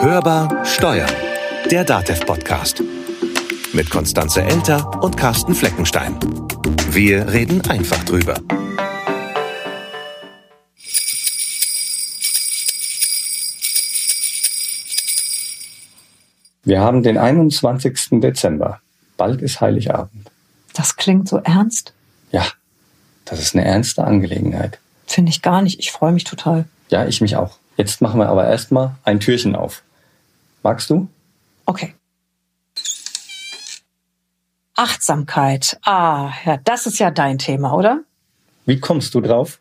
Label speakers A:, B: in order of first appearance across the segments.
A: Hörbar Steuern, der DATEV-Podcast. Mit Konstanze Elter und Carsten Fleckenstein. Wir reden einfach drüber.
B: Wir haben den 21. Dezember. Bald ist Heiligabend.
C: Das klingt so ernst.
B: Ja, das ist eine ernste Angelegenheit.
C: Finde ich gar nicht. Ich freue mich total.
B: Ja, ich mich auch. Jetzt machen wir aber erstmal ein Türchen auf. Magst du?
C: Okay. Achtsamkeit. Ah, ja, das ist ja dein Thema, oder?
B: Wie kommst du drauf?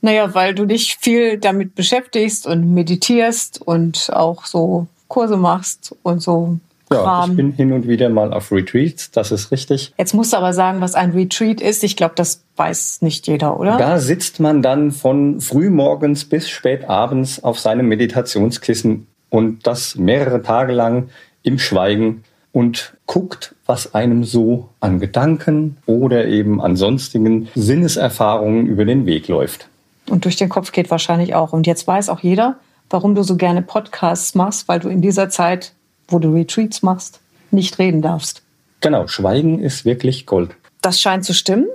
C: Naja, weil du dich viel damit beschäftigst und meditierst und auch so Kurse machst und so.
B: Ja,
C: Kram.
B: ich bin hin und wieder mal auf Retreats, das ist richtig.
C: Jetzt musst du aber sagen, was ein Retreat ist. Ich glaube, das weiß nicht jeder, oder?
B: Da sitzt man dann von frühmorgens bis spät abends auf seinem Meditationskissen und das mehrere Tage lang im Schweigen und guckt, was einem so an Gedanken oder eben an sonstigen Sinneserfahrungen über den Weg läuft.
C: Und durch den Kopf geht wahrscheinlich auch. Und jetzt weiß auch jeder, warum du so gerne Podcasts machst, weil du in dieser Zeit, wo du Retreats machst, nicht reden darfst.
B: Genau, Schweigen ist wirklich Gold.
C: Das scheint zu stimmen,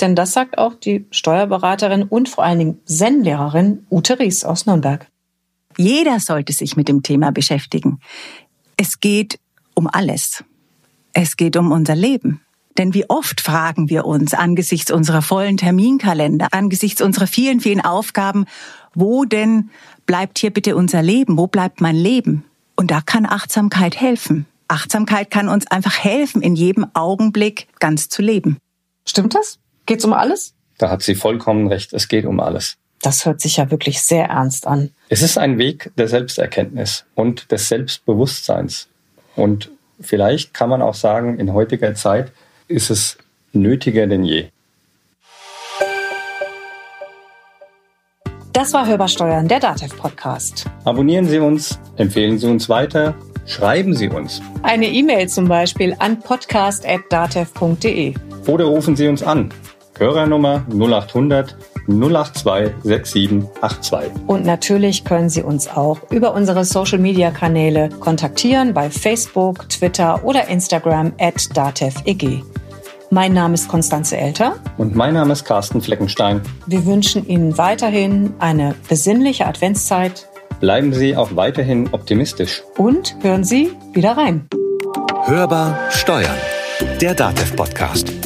C: denn das sagt auch die Steuerberaterin und vor allen Dingen Zen-Lehrerin Ute Ries aus Nürnberg.
D: Jeder sollte sich mit dem Thema beschäftigen. Es geht um alles. Es geht um unser Leben. Denn wie oft fragen wir uns angesichts unserer vollen Terminkalender, angesichts unserer vielen, vielen Aufgaben, wo denn bleibt hier bitte unser Leben? Wo bleibt mein Leben? Und da kann Achtsamkeit helfen. Achtsamkeit kann uns einfach helfen, in jedem Augenblick ganz zu leben.
C: Stimmt das? Geht's um alles?
B: Da hat sie vollkommen recht, es geht um alles.
C: Das hört sich ja wirklich sehr ernst an.
B: Es ist ein Weg der Selbsterkenntnis und des Selbstbewusstseins. Und vielleicht kann man auch sagen, in heutiger Zeit ist es nötiger denn je.
C: Das war Hörbar Steuern, der DATEV Podcast.
B: Abonnieren Sie uns, empfehlen Sie uns weiter, schreiben Sie uns
C: Eine E-Mail zum Beispiel an podcast.datev.de.
B: oder rufen Sie uns an. Hörernummer 0800 082 6782.
C: Und natürlich können Sie uns auch über unsere Social Media Kanäle kontaktieren bei Facebook, Twitter oder Instagram at DATEVEG. Mein Name ist Konstanze Elter.
B: Und mein Name ist Carsten Fleckenstein.
C: Wir wünschen Ihnen weiterhin eine besinnliche Adventszeit
B: Bleiben Sie auch weiterhin optimistisch.
C: und hören Sie wieder rein.
A: Hörbar Steuern, der DATEV-Podcast.